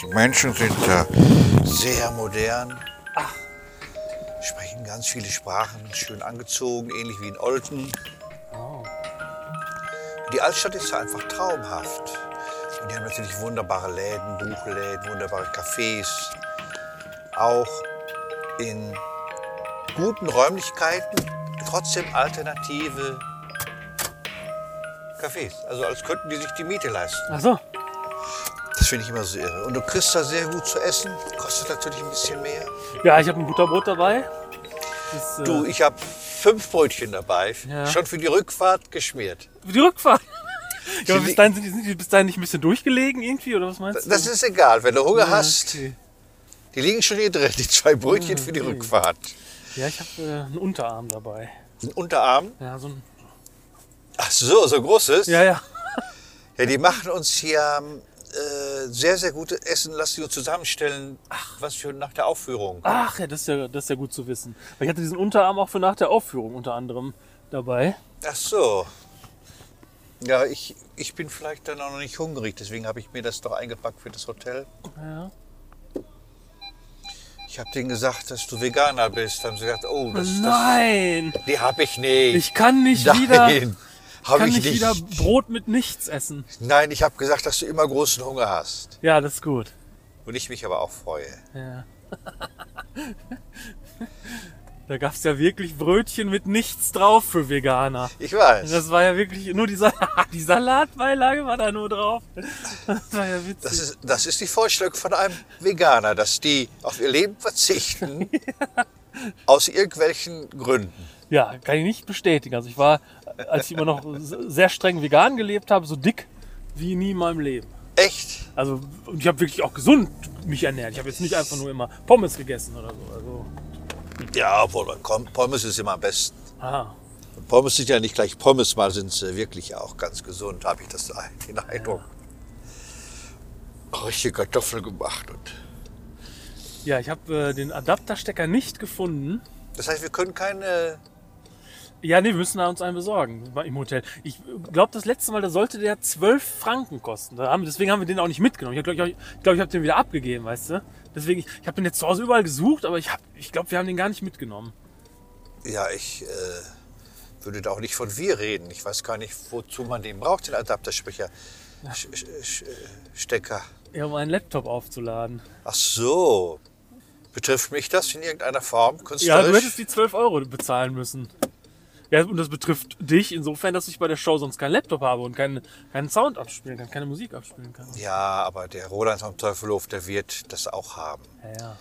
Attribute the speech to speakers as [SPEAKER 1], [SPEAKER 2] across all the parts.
[SPEAKER 1] Die Menschen sind da sehr modern, sprechen ganz viele Sprachen, schön angezogen, ähnlich wie in Olten. Die Altstadt ist da einfach traumhaft. Und die haben natürlich wunderbare Läden, Buchläden, wunderbare Cafés. Auch in guten Räumlichkeiten trotzdem alternative Cafés. Also als könnten die sich die Miete leisten.
[SPEAKER 2] Ach so.
[SPEAKER 1] Das finde ich immer so irre. Und du kriegst da sehr gut zu essen. Kostet natürlich ein bisschen mehr.
[SPEAKER 2] Ja, ich habe ein Butterbrot dabei. Das, äh,
[SPEAKER 1] Du, ich habe fünf Brötchen dabei.
[SPEAKER 2] Ja.
[SPEAKER 1] Schon für die Rückfahrt geschmiert.
[SPEAKER 2] die Rückfahrt. Ja, aber
[SPEAKER 1] Sie-
[SPEAKER 2] bis dahin sind die, sind die bis dahin nicht ein bisschen durchgelegen irgendwie oder was meinst du?
[SPEAKER 1] Das ist egal, wenn du Hunger hast.
[SPEAKER 2] okay.
[SPEAKER 1] Die liegen schon hier drin, die zwei Brötchen für die Rückfahrt.
[SPEAKER 2] Ja, ich habe äh, einen Unterarm dabei.
[SPEAKER 1] Ein Unterarm.
[SPEAKER 2] Ja, so ein.
[SPEAKER 1] Ach so, so groß ist.
[SPEAKER 2] Ja, ja.
[SPEAKER 1] Ja, die machen uns hier äh, sehr, sehr gutes Essen. Lass die uns zusammenstellen. Ach, was für nach der Aufführung.
[SPEAKER 2] Ach ja, das ist ja, das ist ja gut zu wissen. Weil ich hatte diesen Unterarm auch für nach der Aufführung unter anderem dabei.
[SPEAKER 1] Ach so. Ja, ich, ich bin vielleicht dann auch noch nicht hungrig. Deswegen habe ich mir das doch eingepackt für das Hotel.
[SPEAKER 2] Ja.
[SPEAKER 1] Ich habe denen gesagt, dass du Veganer bist. Haben sie gesagt, oh, das, das
[SPEAKER 2] Nein!
[SPEAKER 1] die habe ich nicht.
[SPEAKER 2] Ich kann nicht
[SPEAKER 1] Nein,
[SPEAKER 2] wieder.
[SPEAKER 1] Hab
[SPEAKER 2] kann
[SPEAKER 1] ich
[SPEAKER 2] nicht,
[SPEAKER 1] nicht.
[SPEAKER 2] wieder Brot mit nichts essen.
[SPEAKER 1] Nein, ich habe gesagt, dass du immer großen Hunger hast.
[SPEAKER 2] Ja, das ist gut.
[SPEAKER 1] Und ich mich aber auch freue.
[SPEAKER 2] Ja. Da gab es ja wirklich Brötchen mit nichts drauf für Veganer.
[SPEAKER 1] Ich weiß. Das,
[SPEAKER 2] Das war ja wirklich nur die, Sal die Salatbeilage war da nur drauf. Das war ja witzig.
[SPEAKER 1] ist, das ist die Vorstellung von einem Veganer, dass die auf ihr Leben verzichten. Aus irgendwelchen Gründen.
[SPEAKER 2] Ja, kann ich nicht bestätigen. Also ich war, als ich immer noch sehr streng vegan gelebt habe, so dick wie nie in meinem Leben.
[SPEAKER 1] Echt?
[SPEAKER 2] Also und ich habe wirklich auch gesund mich ernährt. Ich habe jetzt nicht einfach nur immer Pommes gegessen oder so. Also,
[SPEAKER 1] Ja, obwohl, dann kommt- Pommes ist immer am besten.
[SPEAKER 2] aha.
[SPEAKER 1] Und Pommes sind ja nicht gleich Pommes, mal sind sie wirklich auch ganz gesund, habe ich das ein- den Eindruck. Richtige Kartoffeln gemacht. Und
[SPEAKER 2] Ja, ich habe äh, den Adapterstecker nicht gefunden.
[SPEAKER 1] das heißt, wir können keine.
[SPEAKER 2] Ja, nee, wir müssen da uns einen besorgen im Hotel. Ich glaube, das letzte Mal, da sollte der 12 Franken kosten. Da haben, deswegen haben wir den auch nicht mitgenommen. Ich glaube, ich, ich, glaub, ich habe den wieder abgegeben, weißt du? Deswegen, ich, ich habe den jetzt zu Hause überall gesucht, aber ich, hab- ich glaube, wir haben den gar nicht mitgenommen.
[SPEAKER 1] Ja, ich äh, würde da auch nicht von wir reden. Ich weiß gar nicht, wozu man den braucht, den Adaptersprecher. Sch Sch Sch äh, Stecker.
[SPEAKER 2] Ja, um einen Laptop aufzuladen.
[SPEAKER 1] Ach so. Betrifft mich das in irgendeiner Form
[SPEAKER 2] Ja, du
[SPEAKER 1] künstlerisch?
[SPEAKER 2] hättest die 12 Euro bezahlen müssen. Ja, und das betrifft dich insofern, dass ich bei der Show sonst keinen Laptop habe und keinen, keinen Sound abspielen kann, keine Musik abspielen kann.
[SPEAKER 1] ja, aber der Roland vom Teufelhof, der wird das auch haben.
[SPEAKER 2] Ja,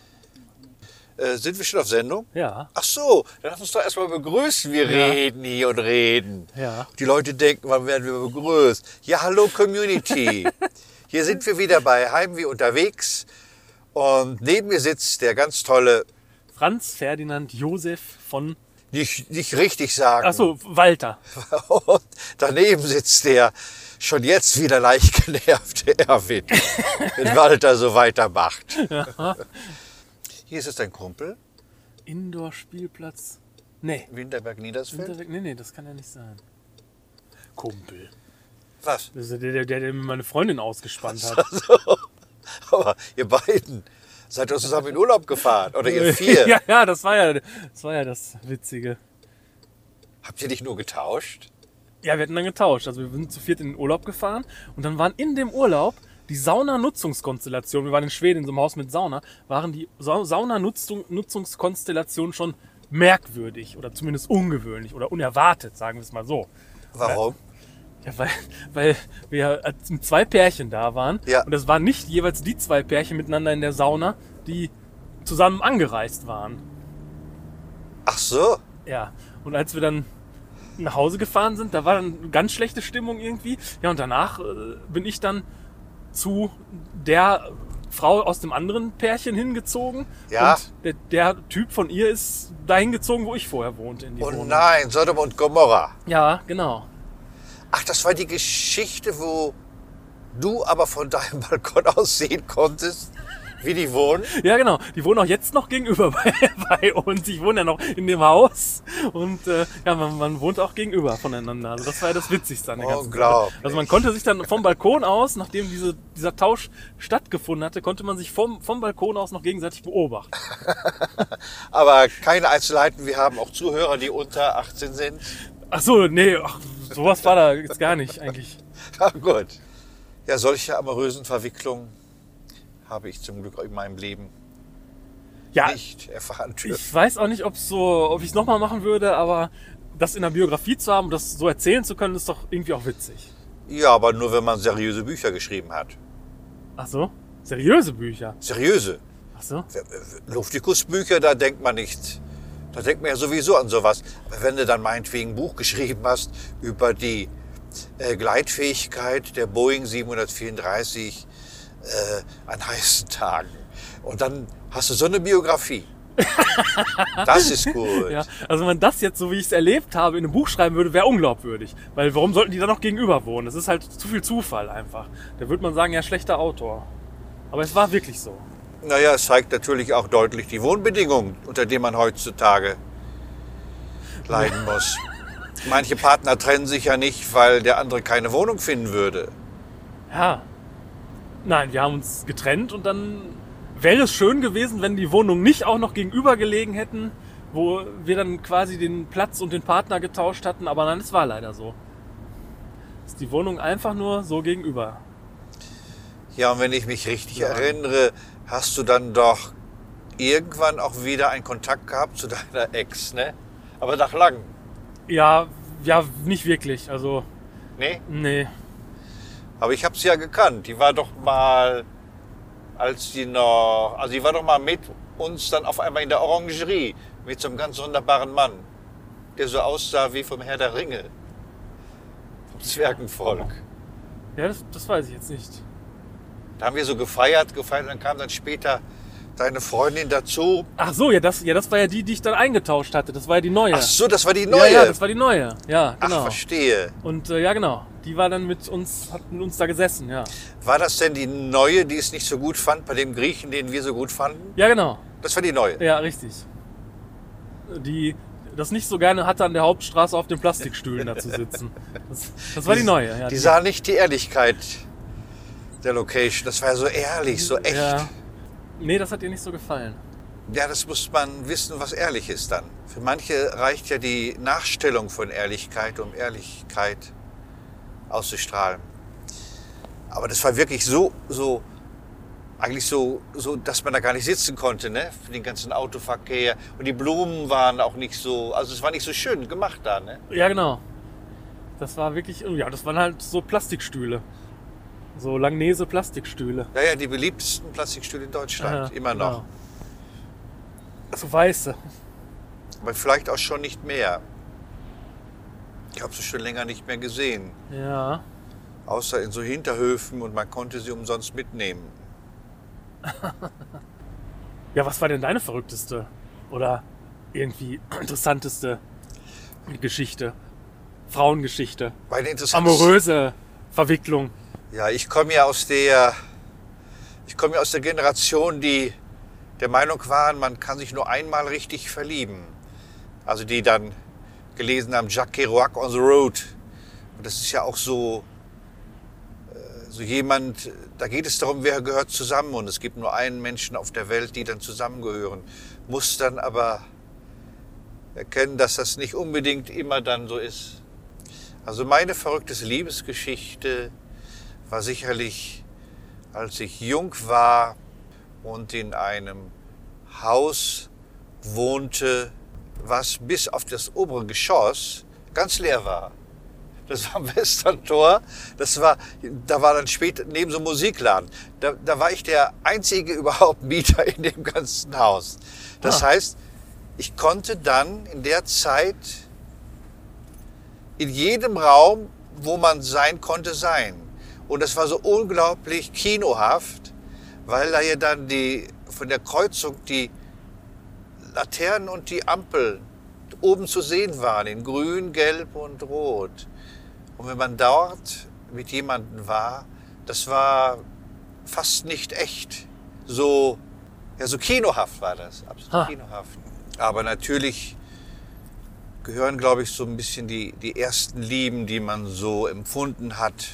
[SPEAKER 2] ja.
[SPEAKER 1] Äh, sind wir schon auf Sendung?
[SPEAKER 2] Ja,
[SPEAKER 1] Ach so, dann lass uns doch erstmal begrüßen. Wir
[SPEAKER 2] Ja.
[SPEAKER 1] reden hier und reden.
[SPEAKER 2] Ja.
[SPEAKER 1] Die Leute denken, wann werden wir begrüßt? Ja, hallo Community. hier sind wir wieder bei Heimweh unterwegs. Und neben mir sitzt der ganz tolle,
[SPEAKER 2] Franz Ferdinand Josef von...
[SPEAKER 1] nicht, nicht richtig sagen.
[SPEAKER 2] Achso, Walter.
[SPEAKER 1] Und daneben sitzt der schon jetzt wieder leicht genervte Erwin, wenn Walter so weitermacht. Hier ist es dein Kumpel,
[SPEAKER 2] Indoor-Spielplatz. Nee.
[SPEAKER 1] Winterberg-Niedersfeld.
[SPEAKER 2] Winterweg? Nee, nee, das kann ja nicht sein. Kumpel.
[SPEAKER 1] Was?
[SPEAKER 2] Das ist ja der, der, der, der mir meine Freundin ausgespannt hat.
[SPEAKER 1] Aber ihr beiden seid doch zusammen in Urlaub gefahren. Oder ihr vier.
[SPEAKER 2] ja, ja, das war ja, das war ja das Witzige.
[SPEAKER 1] Habt ihr dich nur getauscht?
[SPEAKER 2] Ja, wir hatten dann getauscht. Also wir sind zu viert in den Urlaub gefahren und dann waren in dem Urlaub die Sauna-Nutzungskonstellation, wir waren in Schweden in so einem Haus mit Sauna, waren die Sa Sauna-Nutzungskonstellation schon merkwürdig oder zumindest ungewöhnlich oder unerwartet, sagen wir es mal so.
[SPEAKER 1] Warum?
[SPEAKER 2] Ja, weil, weil wir als zwei Pärchen da waren.
[SPEAKER 1] Ja.
[SPEAKER 2] Und das waren nicht jeweils die zwei Pärchen miteinander in der Sauna, die zusammen angereist waren.
[SPEAKER 1] Ach so.
[SPEAKER 2] Ja. Und als wir dann nach Hause gefahren sind, da war dann ganz schlechte Stimmung irgendwie. Ja, und danach äh, bin ich dann zu der Frau aus dem anderen Pärchen hingezogen.
[SPEAKER 1] Ja.
[SPEAKER 2] Und der, der Typ von ihr ist dahin gezogen, wo ich vorher wohnte. In die
[SPEAKER 1] Oh
[SPEAKER 2] Wohnung.
[SPEAKER 1] nein, Sodom und Gomorra.
[SPEAKER 2] Ja, genau.
[SPEAKER 1] Ach, das war die Geschichte, wo du aber von deinem Balkon aus sehen konntest, wie die wohnen.
[SPEAKER 2] Ja, genau. Die wohnen auch jetzt noch gegenüber bei, bei uns. Ich wohne ja noch in dem Haus. Und äh, ja, man, man wohnt auch gegenüber voneinander. Also das war ja das Witzigste an der ganzen Sache.
[SPEAKER 1] Unglaublich.
[SPEAKER 2] Also man konnte sich dann vom Balkon aus, nachdem diese, dieser Tausch stattgefunden hatte, konnte man sich vom, vom Balkon aus noch gegenseitig beobachten.
[SPEAKER 1] Aber keine Einzelheiten. Wir haben auch Zuhörer, die unter 18 sind.
[SPEAKER 2] Ach so, nee, ach, sowas war da jetzt gar nicht eigentlich.
[SPEAKER 1] Na Ah, gut. Ja, solche amorösen Verwicklungen habe ich zum Glück in meinem Leben
[SPEAKER 2] Ja,
[SPEAKER 1] nicht erfahren dürfen.
[SPEAKER 2] ich weiß auch nicht, ob's so, ob ich es nochmal machen würde, aber das in der Biografie zu haben, das so erzählen zu können, ist doch irgendwie auch witzig.
[SPEAKER 1] Ja, aber nur wenn man seriöse Bücher geschrieben hat.
[SPEAKER 2] Ach so? Seriöse Bücher.
[SPEAKER 1] Seriöse.
[SPEAKER 2] Ach so?
[SPEAKER 1] Luftikus-Bücher, da denkt man nicht. Da denkt man ja sowieso an sowas. Aber wenn du dann meinetwegen ein Buch geschrieben hast über die äh, Gleitfähigkeit der Boeing 734 äh, an heißen Tagen. Und dann hast du so eine Biografie. das ist gut.
[SPEAKER 2] Ja, also wenn man das jetzt, so wie ich es erlebt habe, in einem Buch schreiben würde, wäre unglaubwürdig. Weil warum sollten die dann noch gegenüber wohnen? Das ist halt zu viel Zufall einfach. Da würde man sagen, ja, schlechter Autor. Aber es war wirklich so.
[SPEAKER 1] Naja, es zeigt natürlich auch deutlich die Wohnbedingungen, unter denen man heutzutage leiden muss. Manche Partner trennen sich ja nicht, weil der andere keine Wohnung finden würde.
[SPEAKER 2] Ja. Nein, wir haben uns getrennt und dann wäre es schön gewesen, wenn die Wohnungen nicht auch noch gegenüber gelegen hätten, wo wir dann quasi den Platz und den Partner getauscht hatten. Aber nein, es war leider so. Ist die Wohnung einfach nur so gegenüber.
[SPEAKER 1] Ja, und wenn ich mich richtig
[SPEAKER 2] Ja.
[SPEAKER 1] erinnere, hast du dann doch irgendwann auch wieder einen Kontakt gehabt zu deiner Ex, ne? Aber nach langem,
[SPEAKER 2] Ja, ja, nicht wirklich. Also,
[SPEAKER 1] ne?
[SPEAKER 2] nee.
[SPEAKER 1] Aber ich habe sie ja gekannt. Die war doch mal, als die noch, also die war doch mal mit uns dann auf einmal in der Orangerie mit so einem ganz wunderbaren Mann, der so aussah wie vom Herr der Ringe, vom Zwergenvolk.
[SPEAKER 2] Ja, das, das weiß ich jetzt nicht.
[SPEAKER 1] Da haben wir so gefeiert, gefeiert, und dann kam dann später deine Freundin dazu.
[SPEAKER 2] Ach so, ja das, ja, das war ja die, die ich dann eingetauscht hatte. Das war ja die neue.
[SPEAKER 1] Ach so, das war die neue.
[SPEAKER 2] Ja, ja, das war die neue. Ja,
[SPEAKER 1] Ach,
[SPEAKER 2] genau.
[SPEAKER 1] verstehe.
[SPEAKER 2] Und äh, ja, genau. Die war dann mit uns, hat mit uns da gesessen, ja.
[SPEAKER 1] War das denn die neue, die es nicht so gut fand, bei dem Griechen, den wir so gut fanden?
[SPEAKER 2] Ja, genau.
[SPEAKER 1] Das war die neue.
[SPEAKER 2] Ja, richtig. Die das nicht so gerne hatte, an der Hauptstraße auf den Plastikstühlen da zu sitzen. Das, das war die neue, ja.
[SPEAKER 1] Die sah nicht die Ehrlichkeit der Location. Das war ja so ehrlich, so echt.
[SPEAKER 2] Ja. Nee, das hat ihr nicht so gefallen.
[SPEAKER 1] Ja, das muss man wissen, was ehrlich ist dann. Für manche reicht ja die Nachstellung von Ehrlichkeit, um Ehrlichkeit auszustrahlen. Aber das war wirklich so, so, eigentlich so, so, dass man da gar nicht sitzen konnte, ne? Für den ganzen Autoverkehr. Und die Blumen waren auch nicht so, also es war nicht so schön gemacht da, ne?
[SPEAKER 2] Ja, genau. Das war wirklich, ja, das waren halt so Plastikstühle. So Langnese Plastikstühle.
[SPEAKER 1] Ja, ja, die beliebtesten Plastikstühle in Deutschland,
[SPEAKER 2] Ja,
[SPEAKER 1] immer noch.
[SPEAKER 2] genau. So weiße.
[SPEAKER 1] Aber vielleicht auch schon nicht mehr. Ich habe sie schon länger nicht mehr gesehen.
[SPEAKER 2] Ja.
[SPEAKER 1] Außer in so Hinterhöfen und man konnte sie umsonst mitnehmen.
[SPEAKER 2] Ja, was war denn deine verrückteste oder irgendwie interessanteste Geschichte? Frauengeschichte.
[SPEAKER 1] Meine interessante.
[SPEAKER 2] Amoröse Verwicklung.
[SPEAKER 1] Ja, ich komme ja aus der, ich komme ja aus der Generation, die der Meinung waren, man kann sich nur einmal richtig verlieben. Also die dann gelesen haben Jacques Kerouac on the Road. Und das ist ja auch so, äh, so jemand, da geht es darum, wer gehört zusammen. Und es gibt nur einen Menschen auf der Welt, die dann zusammengehören. Muss dann aber erkennen, dass das nicht unbedingt immer dann so ist. Also meine verrückteste Liebesgeschichte war sicherlich, als ich jung war und in einem Haus wohnte, was bis auf das obere Geschoss ganz leer war. Das war am Westerntor. Das war, da war dann später neben so einem Musikladen. Da, da war ich der einzige überhaupt Mieter in dem ganzen Haus. Das
[SPEAKER 2] Ah.
[SPEAKER 1] heißt, ich konnte dann in der Zeit in jedem Raum, wo man sein konnte, sein. Und das war so unglaublich kinohaft, weil da ja dann die, von der Kreuzung die Laternen und die Ampel oben zu sehen waren, in grün, gelb und rot. Und wenn man dort mit jemandem war, das war fast nicht echt, so, ja, so kinohaft war das. Absolut
[SPEAKER 2] Ha.
[SPEAKER 1] kinohaft. Aber natürlich gehören, glaube ich, so ein bisschen die, die ersten Lieben, die man so empfunden hat,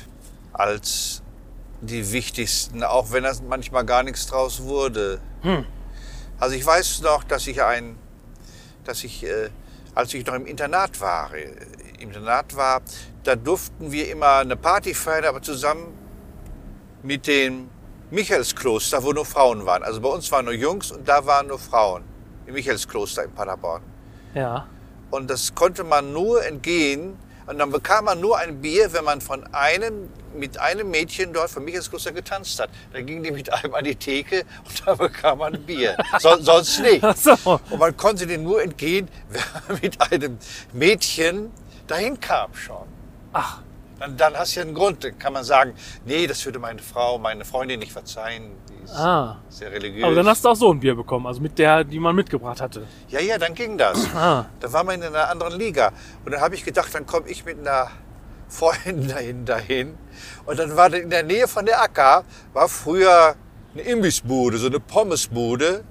[SPEAKER 1] als die wichtigsten, auch wenn das manchmal gar nichts draus wurde. Also ich weiß noch, dass ich ein, dass ich, äh, als ich noch im Internat war, äh, im Internat war, da durften wir immer eine Party feiern, aber zusammen mit dem Michaelskloster, wo nur Frauen waren. Also bei uns waren nur Jungs und da waren nur Frauen. Im Michaelskloster in Paderborn.
[SPEAKER 2] Ja.
[SPEAKER 1] Und das konnte man nur entgehen. Und dann bekam man nur ein Bier, wenn man von einem, mit einem Mädchen dort vom Michaelskloster getanzt hat. Dann ging die mit einem an die Theke und da bekam man ein Bier. So, sonst nicht.
[SPEAKER 2] Ach so.
[SPEAKER 1] Und man konnte den nur entgehen, wenn man mit einem Mädchen dahin kam schon.
[SPEAKER 2] Ach,
[SPEAKER 1] Dann, dann hast du ja einen Grund. Dann kann man sagen, nee, das würde meine Frau, meine Freundin nicht verzeihen. Die ist
[SPEAKER 2] ah.
[SPEAKER 1] sehr religiös.
[SPEAKER 2] Aber dann hast du auch so ein Bier bekommen, also mit der, die man mitgebracht hatte.
[SPEAKER 1] ja, ja, dann ging das.
[SPEAKER 2] Ah.
[SPEAKER 1] Da war man in einer anderen Liga. Und dann habe ich gedacht, dann komme ich mit einer Freundin dahin, dahin. Und dann war das in der Nähe von der Acker, war früher eine Imbissbude, so eine Pommesbude.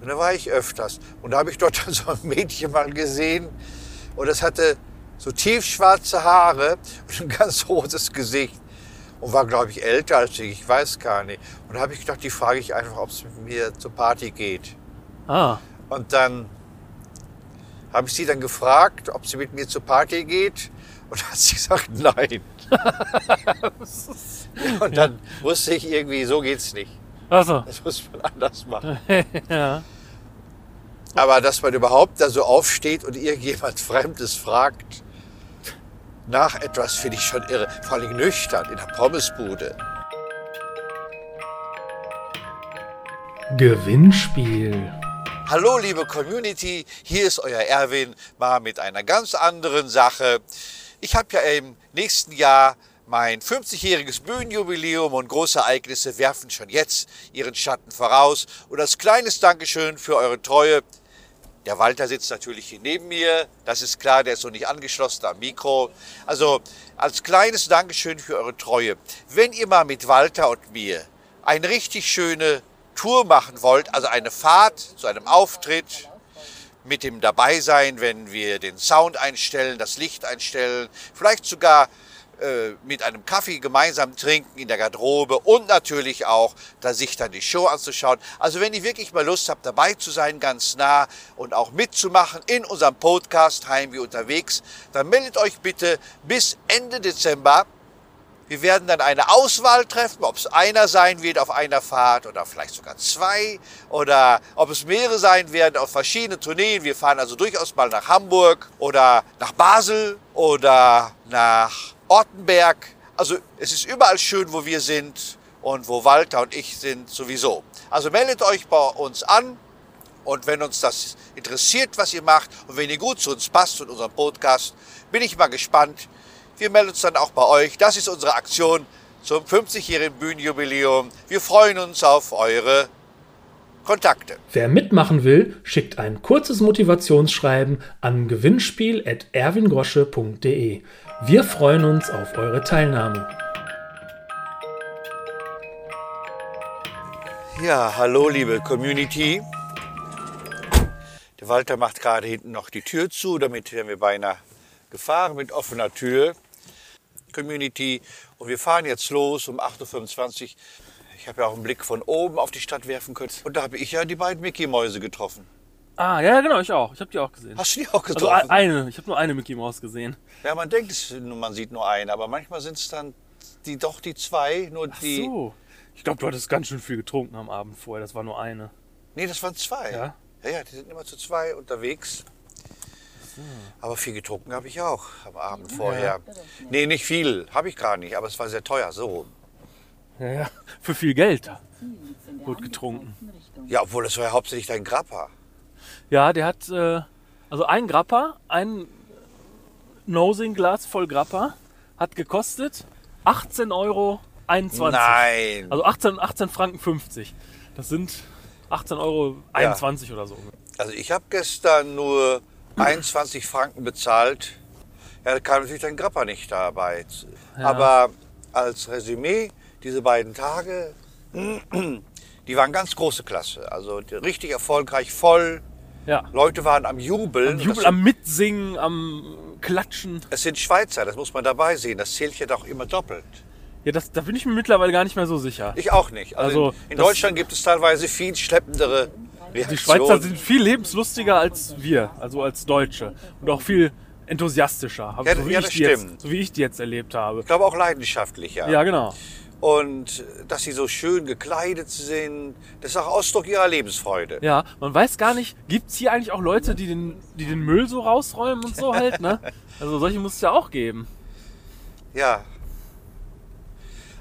[SPEAKER 1] Und da war ich öfters. Und da habe ich dort dann so ein Mädchen mal gesehen. Und das hatte so tiefschwarze Haare und ein ganz rotes Gesicht. Und war, glaube ich, älter als ich. Ich weiß gar nicht. Und da habe ich gedacht, die frage ich einfach, ob es mit mir zur Party geht.
[SPEAKER 2] Ah.
[SPEAKER 1] Und dann habe ich sie dann gefragt, ob sie mit mir zur Party geht. Und dann hat sie gesagt, nein. Und dann wusste ich irgendwie, so geht's nicht.
[SPEAKER 2] Achso.
[SPEAKER 1] Das muss man anders machen.
[SPEAKER 2] ja.
[SPEAKER 1] Aber dass man überhaupt da so aufsteht und irgendjemand Fremdes fragt nach etwas, finde ich schon irre. Vor allem nüchtern, in der Pommesbude.
[SPEAKER 2] Gewinnspiel.
[SPEAKER 1] Hallo, liebe Community, hier ist euer Erwin, mal mit einer ganz anderen Sache. Ich habe ja im nächsten Jahr mein 50-jähriges Bühnenjubiläum und große Ereignisse werfen schon jetzt ihren Schatten voraus. Und als kleines Dankeschön für eure Treue. Der Walter sitzt natürlich hier neben mir, das ist klar, der ist so nicht angeschlossen am Mikro. Also als kleines Dankeschön für eure Treue. Wenn ihr mal mit Walter und mir eine richtig schöne Tour machen wollt, also eine Fahrt zu einem Auftritt, mit dem Dabeisein, wenn wir den Sound einstellen, das Licht einstellen, vielleicht sogar äh, mit einem Kaffee gemeinsam trinken in der Garderobe und natürlich auch, da sich dann die Show anzuschauen. Also wenn ihr wirklich mal Lust habt, dabei zu sein, ganz nah und auch mitzumachen in unserem Podcast Heimweh unterwegs, dann meldet euch bitte bis Ende Dezember wir werden dann eine Auswahl treffen, ob es einer sein wird auf einer Fahrt oder vielleicht sogar zwei oder ob es mehrere sein werden auf verschiedenen Tourneen. Wir fahren also durchaus mal nach Hamburg oder nach Basel oder nach Ortenberg. Also es ist überall schön, wo wir sind und wo Walter und ich sind sowieso. Also meldet euch bei uns an und wenn uns das interessiert, was ihr macht und wenn ihr gut zu uns passt und unserem Podcast, bin ich mal gespannt. Wir melden uns dann auch bei euch. Das ist unsere Aktion zum 50-jährigen Bühnenjubiläum. Wir freuen uns auf eure Kontakte.
[SPEAKER 3] Wer mitmachen will, schickt ein kurzes Motivationsschreiben an gewinnspiel.erwingrosche.de. Wir freuen uns auf eure Teilnahme.
[SPEAKER 1] Ja, hallo liebe Community. Der Walter macht gerade hinten noch die Tür zu, damit wären wir beinahe gefahren mit offener Tür. Community. Und wir fahren jetzt los um 8.25 Uhr. Ich habe ja auch einen Blick von oben auf die Stadt werfen können. Und da habe ich ja die beiden Mickey-Mäuse getroffen.
[SPEAKER 2] Ah, ja, genau, ich auch. Ich habe die auch gesehen.
[SPEAKER 1] Hast du die auch
[SPEAKER 2] Also äh.
[SPEAKER 1] getroffen?
[SPEAKER 2] e- eine, ich habe nur eine Mickey Maus gesehen.
[SPEAKER 1] ja, man denkt, es, nur- man sieht nur einen, aber manchmal sind es dann die, doch die zwei, nur die.
[SPEAKER 2] So. Ich glaube, du hattest ganz schön viel getrunken am Abend vorher. Das war nur eine.
[SPEAKER 1] Nee, das waren zwei.
[SPEAKER 2] Ja?
[SPEAKER 1] ja, ja, die sind immer zu zwei unterwegs. Aber viel getrunken habe ich auch am Abend vorher. Nee, nicht viel, habe ich gar nicht, aber es war sehr teuer, so rum.
[SPEAKER 2] Ja, ja. Für viel Geld. Gut getrunken.
[SPEAKER 1] Ja, obwohl das war ja hauptsächlich dein Grappa.
[SPEAKER 2] Ja, der hat äh, also ein Grappa, ein Nosing-Glas voll Grappa, hat gekostet 18,21 Euro.
[SPEAKER 1] Nein.
[SPEAKER 2] Also 18, 18 Franken 50. Das sind 18,21 Euro oder so.
[SPEAKER 1] Also ich habe gestern nur 21 Franken bezahlt. Ja, da kam natürlich dein Grappa nicht dabei. Aber als Resümee, diese beiden Tage Die waren ganz große Klasse. Also die- richtig erfolgreich, voll.
[SPEAKER 2] Ja.
[SPEAKER 1] Leute waren am Jubeln.
[SPEAKER 2] Am
[SPEAKER 1] Das
[SPEAKER 2] Jubel,
[SPEAKER 1] sind-
[SPEAKER 2] am Mitsingen, am Klatschen.
[SPEAKER 1] Es sind Schweizer, das muss man dabei sehen. Das zählt ja doch immer doppelt.
[SPEAKER 2] Ja, das, da bin ich mir mittlerweile gar nicht mehr so sicher.
[SPEAKER 1] Ich auch nicht. Also,
[SPEAKER 2] Also,
[SPEAKER 1] in, in
[SPEAKER 2] das-
[SPEAKER 1] Deutschland gibt es teilweise viel schleppendere Reaktionen.
[SPEAKER 2] Die Schweizer sind viel lebenslustiger als wir, also als Deutsche. Und auch viel enthusiastischer, hab-
[SPEAKER 1] Ja,
[SPEAKER 2] so, wie
[SPEAKER 1] ja,
[SPEAKER 2] ich
[SPEAKER 1] das
[SPEAKER 2] die jetzt,
[SPEAKER 1] stimmt.
[SPEAKER 2] so wie ich die jetzt erlebt habe.
[SPEAKER 1] ich glaube auch leidenschaftlicher.
[SPEAKER 2] Ja, genau.
[SPEAKER 1] Und äh, dass sie so schön gekleidet sind, das ist auch Ausdruck ihrer Lebensfreude.
[SPEAKER 2] Ja, man weiß gar nicht, gibt's hier eigentlich auch Leute, die den, die den Müll so rausräumen und so halt, ne? Also solche muss es ja auch geben.
[SPEAKER 1] Ja.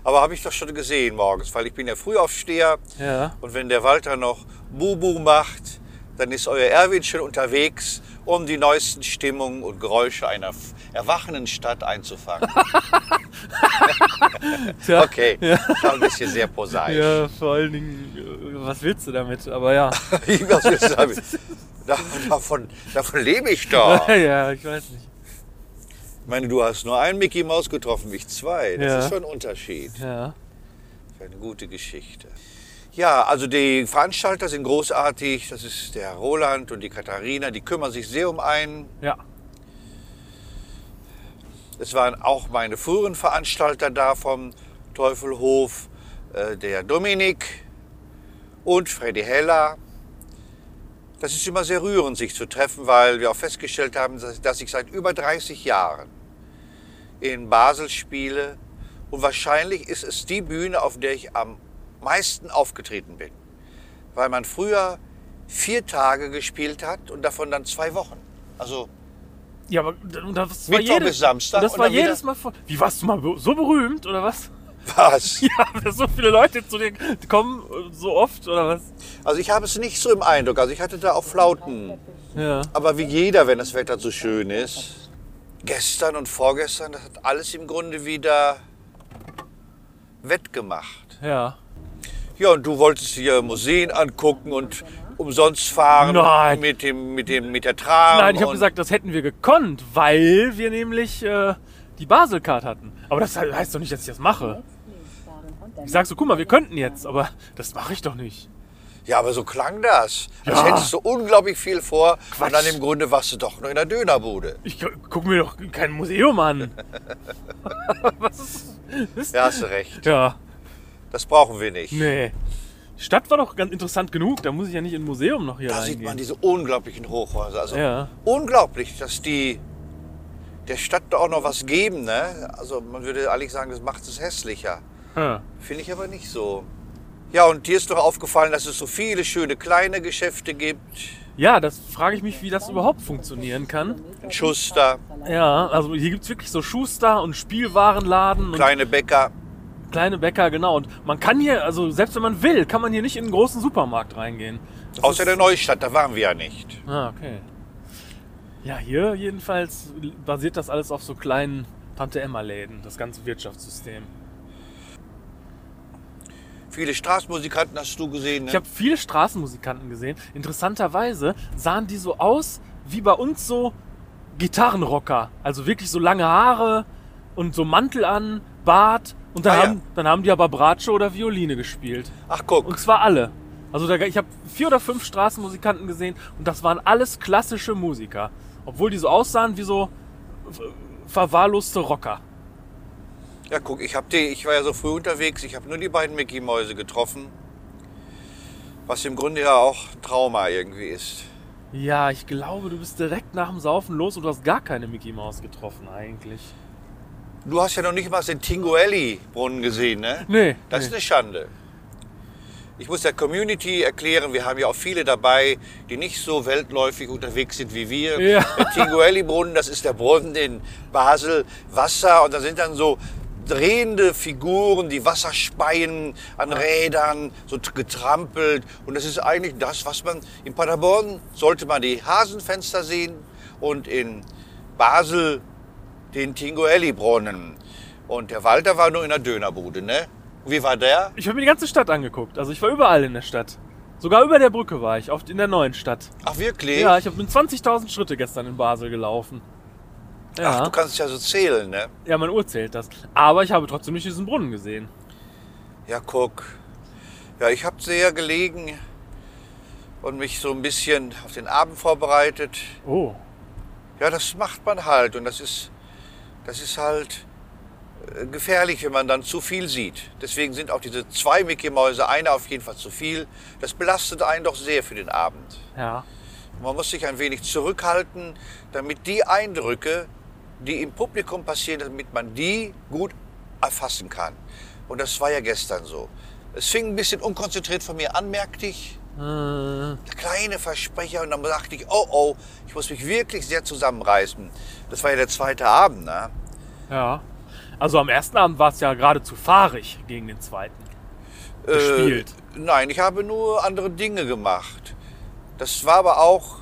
[SPEAKER 1] Aber habe ich doch schon gesehen morgens, weil ich bin ja Frühaufsteher.
[SPEAKER 2] Ja.
[SPEAKER 1] Und wenn der Walter noch Bubu macht, dann ist euer Erwin schon unterwegs, um die neuesten Stimmungen und Geräusche einer f- erwachenden Stadt einzufangen.
[SPEAKER 2] Tja.
[SPEAKER 1] Okay, schon ein bisschen sehr prosaisch.
[SPEAKER 2] Ja, vor allen Dingen, äh, was willst du damit? Aber ja.
[SPEAKER 1] Was willst du damit? Da- Davon, davon lebe ich doch.
[SPEAKER 2] ja, ich weiß nicht.
[SPEAKER 1] Ich meine, du hast nur einen Mickey Maus getroffen, ich zwei. Das
[SPEAKER 2] Ja.
[SPEAKER 1] ist schon ein Unterschied.
[SPEAKER 2] Ja.
[SPEAKER 1] Eine gute Geschichte. Ja, also die Veranstalter sind großartig. Das ist der Roland und die Katharina. Die kümmern sich sehr um einen.
[SPEAKER 2] Ja.
[SPEAKER 1] Es waren auch meine früheren Veranstalter da vom Teufelhof, äh, der Dominik und Freddy Heller. Das ist immer sehr rührend, sich zu treffen, weil wir auch festgestellt haben, dass, dass ich seit über 30 Jahren in Basel spiele. Und wahrscheinlich ist es die Bühne, auf der ich am meisten aufgetreten bin. Weil man früher vier Tage gespielt hat und davon dann zwei Wochen. Also
[SPEAKER 2] Ja, aber d- und das war
[SPEAKER 1] Mittwoch
[SPEAKER 2] jedes,
[SPEAKER 1] bis Samstag
[SPEAKER 2] und Das
[SPEAKER 1] und
[SPEAKER 2] war
[SPEAKER 1] dann wieder-
[SPEAKER 2] jedes Mal voll. Wie warst du mal be- so berühmt oder was?
[SPEAKER 1] was?
[SPEAKER 2] Ja, dass so viele Leute zu dir kommen äh, so oft oder was?
[SPEAKER 1] Also ich habe es nicht so im Eindruck. Also ich hatte da auch Flauten.
[SPEAKER 2] Ja.
[SPEAKER 1] Aber wie jeder, wenn das Wetter so schön ist. Gestern und vorgestern, das hat alles im Grunde wieder wettgemacht.
[SPEAKER 2] Ja.
[SPEAKER 1] Ja, und du wolltest dir Museen angucken und umsonst fahren
[SPEAKER 2] Nein.
[SPEAKER 1] mit dem mit dem mit der Tram.
[SPEAKER 2] Nein, ich habe
[SPEAKER 1] und-
[SPEAKER 2] gesagt, das hätten wir gekonnt, weil wir nämlich äh, die Basel-Card hatten. Aber das he- heißt doch nicht, dass ich das mache. Ich sag so, guck mal, wir könnten jetzt, aber das mache ich doch nicht.
[SPEAKER 1] Ja, aber so klang das. Als
[SPEAKER 2] Ja.
[SPEAKER 1] hättest du unglaublich viel vor
[SPEAKER 2] Quatsch.
[SPEAKER 1] und dann im Grunde warst du doch nur in der Dönerbude.
[SPEAKER 2] Ich gu- guck mir doch kein Museum an.
[SPEAKER 1] Ja, hast du recht.
[SPEAKER 2] Ja,
[SPEAKER 1] Das brauchen wir nicht.
[SPEAKER 2] nee. Die Stadt war doch ganz interessant genug, da muss ich ja nicht in ein Museum noch hier
[SPEAKER 1] Da sieht man
[SPEAKER 2] reingehen.
[SPEAKER 1] diese unglaublichen Hochhäuser. Also
[SPEAKER 2] Ja.
[SPEAKER 1] unglaublich, dass die der Stadt da auch noch was geben. Ne? Also man würde eigentlich sagen, das macht es hässlicher.
[SPEAKER 2] Ja.
[SPEAKER 1] Finde ich aber nicht so. Ja, und dir ist doch aufgefallen, dass es so viele schöne kleine Geschäfte gibt.
[SPEAKER 2] ja, das frage ich mich, wie das überhaupt funktionieren kann.
[SPEAKER 1] Ein Schuster,
[SPEAKER 2] Ja, also hier gibt's wirklich so Schuster und Spielwarenladen und
[SPEAKER 1] kleine Bäcker.
[SPEAKER 2] kleine Bäcker, genau. Und man kann hier, also selbst wenn man will, kann man hier nicht in einen großen Supermarkt reingehen. Das
[SPEAKER 1] Außer
[SPEAKER 2] ist-
[SPEAKER 1] der Neustadt, da waren wir ja nicht.
[SPEAKER 2] Ah, okay. Ja, hier jedenfalls basiert das alles auf so kleinen Tante-Emma-Läden, das ganze Wirtschaftssystem.
[SPEAKER 1] Viele Straßenmusikanten hast du gesehen. Ne?
[SPEAKER 2] Ich habe viele Straßenmusikanten gesehen. Interessanterweise sahen die so aus wie bei uns so Gitarrenrocker. Also wirklich so lange Haare und so Mantel an, Bart. Und dann,
[SPEAKER 1] Ah, ja.
[SPEAKER 2] haben, dann haben die aber Bratsche oder Violine gespielt.
[SPEAKER 1] Ach guck,
[SPEAKER 2] Und zwar alle. Also da, ich habe vier oder fünf Straßenmusikanten gesehen und das waren alles klassische Musiker. Obwohl die so aussahen wie so äh, verwahrloste Rocker.
[SPEAKER 1] ja guck, ich hab die, ich war ja so früh unterwegs, ich habe nur die beiden Mickey Mäuse getroffen, was im Grunde ja auch ein Trauma irgendwie ist.
[SPEAKER 2] Ja, ich glaube, du bist direkt nach dem Saufen los und du hast gar keine Mickey Maus getroffen eigentlich.
[SPEAKER 1] Du hast ja noch nicht mal den Tinguelli-Brunnen gesehen, ne?
[SPEAKER 2] Nee.
[SPEAKER 1] Das ist
[SPEAKER 2] nee.
[SPEAKER 1] eine Schande. Ich muss der Community erklären, wir haben ja auch viele dabei, die nicht so weltläufig unterwegs sind wie wir.
[SPEAKER 2] Ja.
[SPEAKER 1] Der Tinguelli-Brunnen, das ist der Brunnen in Basel, Wasser und da sind dann so drehende Figuren, die Wasser speien an Rädern, so t- getrampelt. Und das ist eigentlich das, was man in Paderborn sollte man die Hasenfenster sehen und in Basel den Tinguelli-Brunnen. Und der Walter war nur in der Dönerbude, ne? Wie war der?
[SPEAKER 2] Ich habe mir die ganze Stadt angeguckt. Also ich war überall in der Stadt. Sogar über der Brücke war ich, oft in der neuen Stadt.
[SPEAKER 1] Ach wirklich?
[SPEAKER 2] Ja, ich habe mit 20.000 Schritte gestern in Basel gelaufen. Ja.
[SPEAKER 1] Ach, du kannst ja so zählen, ne?
[SPEAKER 2] ja, meine Uhr zählt das. Aber ich habe trotzdem nicht diesen Brunnen gesehen.
[SPEAKER 1] Ja, guck. Ja, ich habe sehr gelegen und mich so ein bisschen auf den Abend vorbereitet.
[SPEAKER 2] Oh.
[SPEAKER 1] Ja, das macht man halt und das ist, das ist halt äh, gefährlich, wenn man dann zu viel sieht. Deswegen sind auch diese zwei Mickey-Mäuse, einer auf jeden Fall zu viel. Das belastet einen doch sehr für den Abend.
[SPEAKER 2] Ja.
[SPEAKER 1] Man muss sich ein wenig zurückhalten, damit die Eindrücke, die im Publikum passieren, damit man die gut erfassen kann. Und das war ja gestern so. Es fing ein bisschen unkonzentriert von mir an, merkte ich.
[SPEAKER 2] Äh,
[SPEAKER 1] Der kleine Versprecher. Und dann dachte ich, oh oh, ich muss mich wirklich sehr zusammenreißen. Das war ja der zweite Abend, ne?
[SPEAKER 2] ja. Also am ersten Abend war es ja geradezu fahrig gegen den zweiten. Gespielt.
[SPEAKER 1] Äh, nein, ich habe nur andere Dinge gemacht. Das war aber auch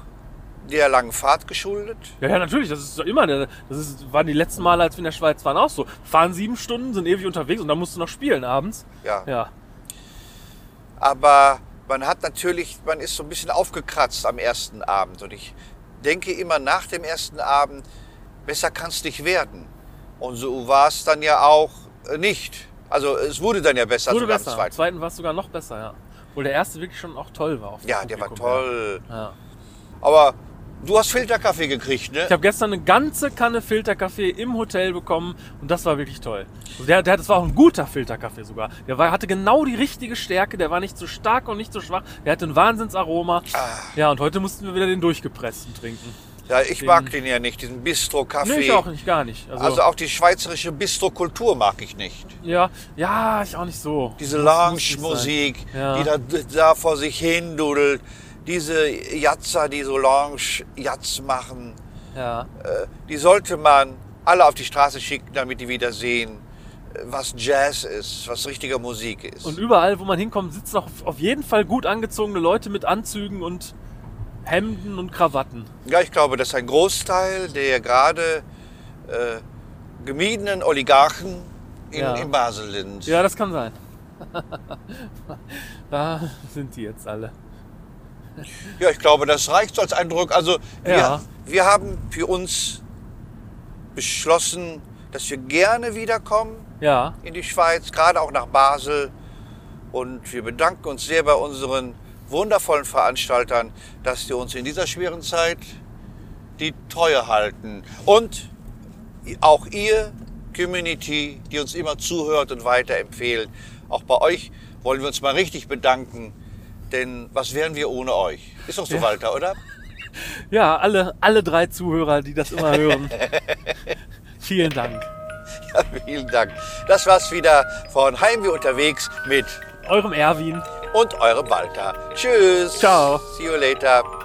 [SPEAKER 1] der langen Fahrt geschuldet.
[SPEAKER 2] Ja, ja, natürlich, das ist doch immer, der- das ist, waren die letzten Male, als wir in der Schweiz waren, auch so. Fahren sieben Stunden, sind ewig unterwegs und dann musst du noch spielen abends.
[SPEAKER 1] Ja.
[SPEAKER 2] Ja,
[SPEAKER 1] Aber man hat natürlich, man ist so ein bisschen aufgekratzt am ersten Abend. Und ich denke immer nach dem ersten Abend, besser kann es nicht werden. Und so war es dann ja auch äh, nicht. Also es wurde dann ja besser
[SPEAKER 2] wurde
[SPEAKER 1] sogar am
[SPEAKER 2] besser. Am
[SPEAKER 1] zweiten.
[SPEAKER 2] zweiten war es sogar noch besser, ja. Obwohl der erste wirklich schon auch toll war. auf
[SPEAKER 1] Ja,
[SPEAKER 2] das
[SPEAKER 1] der war
[SPEAKER 2] Publikum, ja.
[SPEAKER 1] toll.
[SPEAKER 2] Ja.
[SPEAKER 1] Aber du hast Filterkaffee gekriegt, ne?
[SPEAKER 2] Ich habe gestern eine ganze Kanne Filterkaffee im Hotel bekommen und das war wirklich toll. Also Der, der, das war auch ein guter Filterkaffee sogar. Der war, hatte genau die richtige Stärke, der war nicht zu stark und nicht zu schwach. Der hatte ein Wahnsinnsaroma. Ja, und heute mussten wir wieder den durchgepressten trinken.
[SPEAKER 1] Ja, ich mag den ja nicht, diesen Bistro-Kaffee.
[SPEAKER 2] Nee, ich auch nicht, gar nicht. Also,
[SPEAKER 1] Also auch die schweizerische Bistro-Kultur mag ich nicht.
[SPEAKER 2] ja, ja, ich auch nicht so.
[SPEAKER 1] Diese
[SPEAKER 2] Das muss nicht
[SPEAKER 1] Lounge-Musik,
[SPEAKER 2] sein. Ja.
[SPEAKER 1] die da, da vor sich hin dudelt. Diese Jatzer, die so Lounge-Jatz machen,
[SPEAKER 2] sein. Ja.
[SPEAKER 1] äh, die sollte man alle auf die Straße schicken, damit die wieder sehen, äh, was Jazz ist, was richtige Musik ist.
[SPEAKER 2] Und überall, wo man hinkommt, sitzen auch auf jeden Fall gut angezogene Leute mit Anzügen und Hemden und Krawatten.
[SPEAKER 1] ja, ich glaube, dass ein Großteil der gerade äh, gemiedenen Oligarchen in,
[SPEAKER 2] Ja.
[SPEAKER 1] in Basel sind.
[SPEAKER 2] Ja, das kann sein. da sind die jetzt alle.
[SPEAKER 1] Ja, ich glaube, das reicht so als Eindruck. Also wir,
[SPEAKER 2] Ja.
[SPEAKER 1] wir haben für uns beschlossen, dass wir gerne wiederkommen
[SPEAKER 2] Ja,
[SPEAKER 1] in die Schweiz, gerade auch nach Basel. Und wir bedanken uns sehr bei unseren wundervollen Veranstaltern, dass sie uns in dieser schweren Zeit die Treue halten. Und auch ihr Community, die uns immer zuhört und weiterempfehlt. Auch bei euch wollen wir uns mal richtig bedanken. Denn was wären wir ohne euch? Ist doch so, Walter, oder?
[SPEAKER 2] ja, alle, alle drei Zuhörer, die das immer hören. Vielen Dank.
[SPEAKER 1] Ja, vielen Dank. Das war's wieder von Heimweh unterwegs mit
[SPEAKER 2] Eurem Erwin.
[SPEAKER 1] und eurem Walter. Tschüss.
[SPEAKER 2] Ciao.
[SPEAKER 1] See you later.